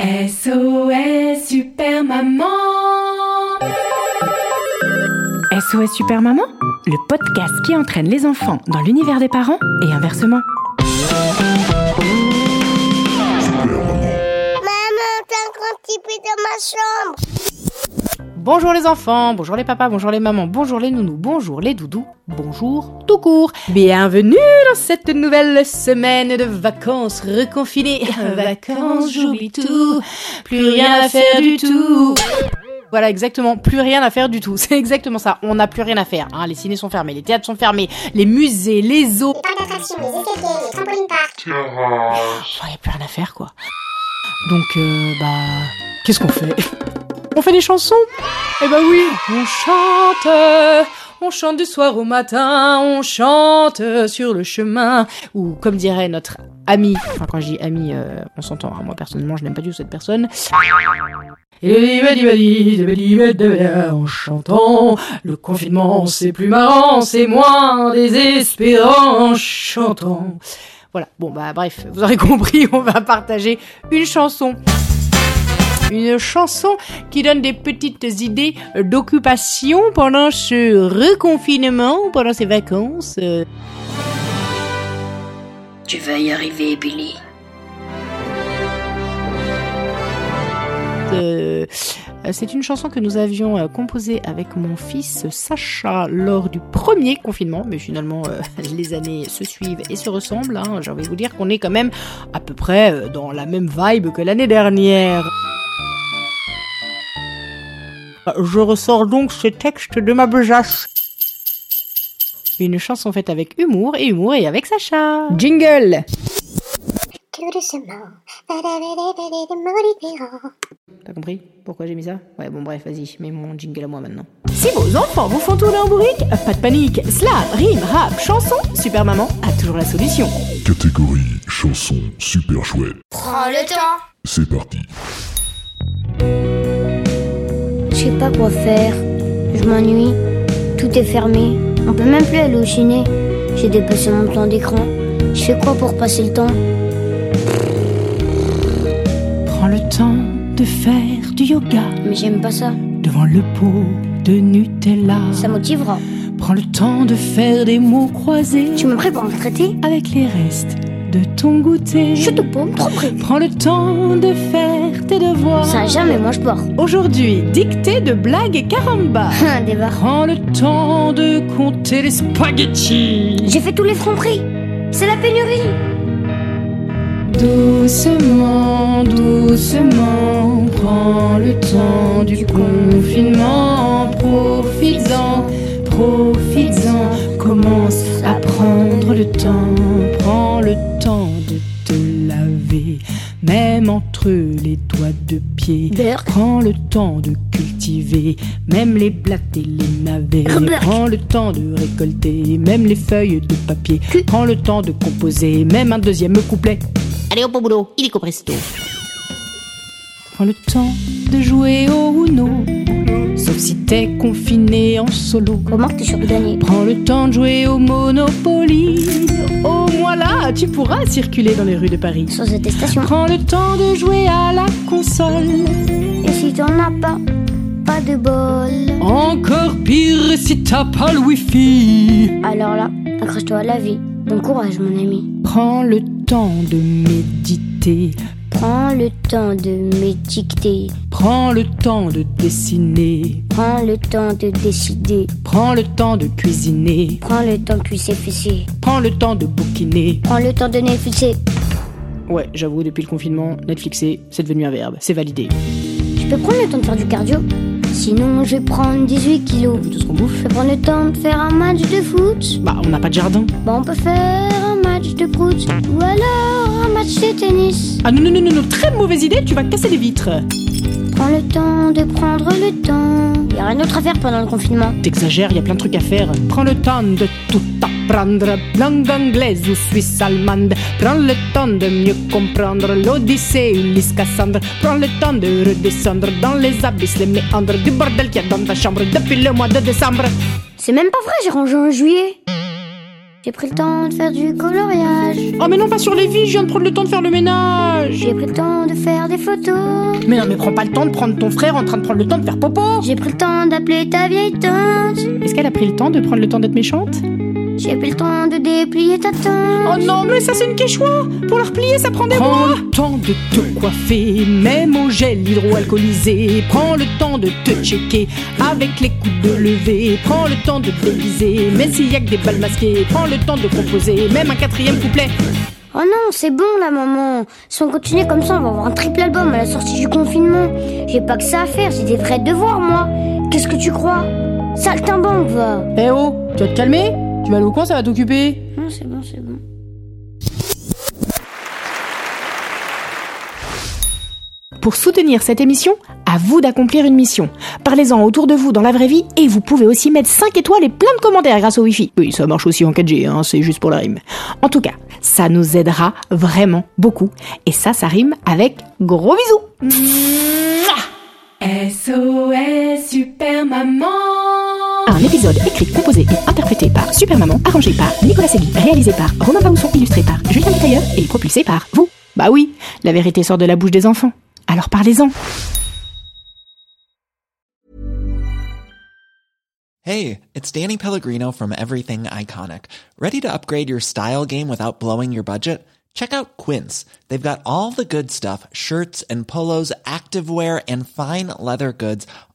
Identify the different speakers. Speaker 1: SOS Super Maman SOS Super Maman, le podcast qui entraîne les enfants dans l'univers des parents et inversement.
Speaker 2: Maman, t'as un petit peu dans ma chambre.
Speaker 3: Bonjour les enfants, bonjour les papas, bonjour les mamans, bonjour les nounous, bonjour les doudous, bonjour tout court. Bienvenue dans cette nouvelle semaine de vacances reconfinées. Vacances, j'oublie tout, plus rien à faire du tout. Voilà, exactement, plus rien à faire du tout. C'est exactement ça, on n'a plus rien à faire. hein. Les ciné sont fermés, les théâtres sont fermés, les musées, les zoos.
Speaker 2: Pas d'attraction, les escaliers, les trampolines parcs.
Speaker 3: Il n'y a plus rien à faire, quoi. Donc, euh, bah. Qu'est-ce qu'on fait On fait des chansons Eh bah oui On chante euh, On chante du soir au matin, on chante euh, sur le chemin, ou comme dirait notre ami, enfin quand je dis ami, euh, on s'entend, hein. moi personnellement je n'aime pas du tout cette personne. En chantant, le confinement c'est plus marrant, c'est moins désespérant en chantant. Voilà, bon bah bref, vous aurez compris, on va partager une chanson. Une chanson qui donne des petites idées d'occupation pendant ce reconfinement, pendant ces vacances. Euh,
Speaker 4: Tu vas y arriver, Billy.
Speaker 3: euh, C'est une chanson que nous avions euh, composée avec mon fils Sacha lors du premier confinement, mais finalement euh, les années se suivent et se ressemblent. Hein. J'ai envie de vous dire qu'on est quand même à peu près euh, dans la même vibe que l'année dernière. Je ressors donc ce texte de ma besace. Une chanson faite avec humour et humour et avec Sacha. Jingle
Speaker 2: Tout doucement, badabadabada de Mauritania.
Speaker 3: T'as compris Pourquoi j'ai mis ça Ouais, bon, bref, vas-y, mets mon jingle à moi maintenant. Si vos enfants vous font tourner en bourrique, pas de panique. Slap, rime, rap, chanson, Super Maman a toujours la solution.
Speaker 5: Catégorie chanson super chouette.
Speaker 2: Prends le temps.
Speaker 5: C'est parti.
Speaker 6: Je sais pas quoi faire. Je m'ennuie. Tout est fermé. On peut même plus aller au ciné. J'ai dépassé mon temps d'écran. Je fais quoi pour passer le temps
Speaker 1: Prends le temps de faire du yoga
Speaker 6: Mais j'aime pas ça.
Speaker 1: devant le pot de Nutella.
Speaker 6: Ça motivera.
Speaker 1: Prends le temps de faire des mots croisés
Speaker 6: Tu me prêts pour me traiter
Speaker 1: avec les restes de ton goûter.
Speaker 6: Je te pompe trop près.
Speaker 1: Prends le temps de faire tes devoirs.
Speaker 6: Ça jamais, moi je pars.
Speaker 1: Aujourd'hui, dictée de blagues et caramba.
Speaker 6: Un débat.
Speaker 1: Prends le temps de compter les spaghettis.
Speaker 6: J'ai fait tous les francs prix. C'est la pénurie.
Speaker 1: Doucement, doucement, prends le temps du confinement, profites-en, profites-en, commence à prendre le temps, prends le temps de te laver, même entre les doigts de pied.
Speaker 6: Berk.
Speaker 1: Prends le temps de cultiver, même les blattes et les navets.
Speaker 6: Berk.
Speaker 1: Prends le temps de récolter, même les feuilles de papier. Prends le temps de composer, même un deuxième couplet.
Speaker 4: Allez, hop au boulot, il est presto.
Speaker 1: Prends le temps de jouer au Uno, sauf si t'es confiné en solo.
Speaker 6: Remarque, t'es sur le dernier.
Speaker 1: Prends le temps de jouer au Monopoly. Au moins là, tu pourras circuler dans les rues de Paris.
Speaker 6: Sans attestation.
Speaker 1: Prends le temps de jouer à la console.
Speaker 6: Et si t'en as pas, pas de bol.
Speaker 1: Encore pire si t'as pas le wifi.
Speaker 6: Alors là, accroche-toi à la vie. Bon courage, mon ami.
Speaker 1: Prends le temps de méditer.
Speaker 6: Prends le temps de m'étiqueter.
Speaker 1: Prends le temps de dessiner.
Speaker 6: Prends le temps de décider.
Speaker 1: Prends le temps de cuisiner.
Speaker 6: Prends le temps de cuisser fessé.
Speaker 1: Prends le temps de bouquiner.
Speaker 6: Prends le temps de Netflixer.
Speaker 1: Ouais, j'avoue, depuis le confinement, Netflixer, c'est devenu un verbe. C'est validé.
Speaker 6: Je peux prendre le temps de faire du cardio Sinon, je vais prendre 18 kilos.
Speaker 1: Vu tout ce qu'on bouffe
Speaker 6: Je peux prendre le temps de faire un match de foot
Speaker 1: Bah, on n'a pas de jardin.
Speaker 6: Bah, on peut faire un match de foot ou alors un match de tennis.
Speaker 3: Ah non, non, non, non, non, très mauvaise idée, tu vas casser les vitres.
Speaker 6: Prends le temps de prendre le temps. Il y a rien d'autre à faire pendant le confinement.
Speaker 3: T'exagères, il y a plein de trucs à faire. Prends le temps de tout apprendre. Langue anglaise ou suisse allemande. Prends le temps de mieux comprendre l'Odyssée, Ulysse, Cassandre. Prends le temps de redescendre dans les abysses, les méandres du bordel qu'il y a dans ta chambre depuis le mois de décembre.
Speaker 6: C'est même pas vrai, j'ai rangé en juillet. J'ai pris le temps de faire du coloriage.
Speaker 3: Oh mais non, pas sur les vies, je viens de prendre le temps de faire le ménage.
Speaker 6: J'ai pris le temps de faire des photos.
Speaker 3: Mais non, mais prends pas le temps de prendre ton frère en train de prendre le temps de faire popo.
Speaker 6: J'ai pris le temps d'appeler ta vieille tante.
Speaker 3: Est-ce qu'elle a pris le temps de prendre le temps d'être méchante
Speaker 6: J'ai pris le temps de déplier ta
Speaker 3: Oh
Speaker 6: tante.
Speaker 3: non, mais ça c'est une quechua Pour la replier, ça prend des mois Prends le temps de te coiffer, même au gel hydroalcoolisé. Prends le temps de te checker avec les coups de lever. Prends le temps de te déguiser, même s'il y a que des balles masquées. Prends le temps de composer, même un quatrième couplet.
Speaker 6: Oh non, c'est bon là, maman. Si on continue comme ça, on va avoir un triple album à la sortie du confinement. J'ai pas que ça à faire, j'ai des vrais devoirs, moi. Qu'est-ce que tu crois Saltimbanque, va.
Speaker 3: Eh oh, tu vas te calmer Tu vas aller au coin, ça va t'occuper
Speaker 6: Non, c'est bon, c'est bon.
Speaker 3: Pour soutenir cette émission, à vous d'accomplir une mission. Parlez-en autour de vous dans la vraie vie et vous pouvez aussi mettre 5 étoiles et plein de commentaires grâce au Wi-Fi. Oui, ça marche aussi en 4G, hein, c'est juste pour la rime. En tout cas, ça nous aidera vraiment beaucoup. Et ça, ça rime avec gros bisous.
Speaker 1: SOS Super Maman
Speaker 3: Un épisode écrit, composé et interprété par Super Maman, arrangé par Nicolas Segui, réalisé par Romain Baousson, illustré par Julien Détailleur et propulsé par vous. Bah oui, la vérité sort de la bouche des enfants. Alors parlez-en.
Speaker 7: Hey, it's Danny Pellegrino from Everything Iconic. Ready to upgrade your style game without blowing your budget? Check out Quince. They've got all the good stuff shirts and polos, activewear, and fine leather goods,